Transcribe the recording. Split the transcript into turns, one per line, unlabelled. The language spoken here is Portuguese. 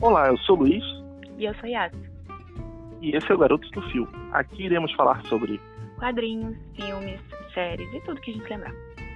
Olá, eu sou o Luiz
E eu sou Yas.
e esse é o Garotos do Fio. Aqui iremos falar sobre
Quadrinhos, filmes, séries e tudo que a gente lembrar.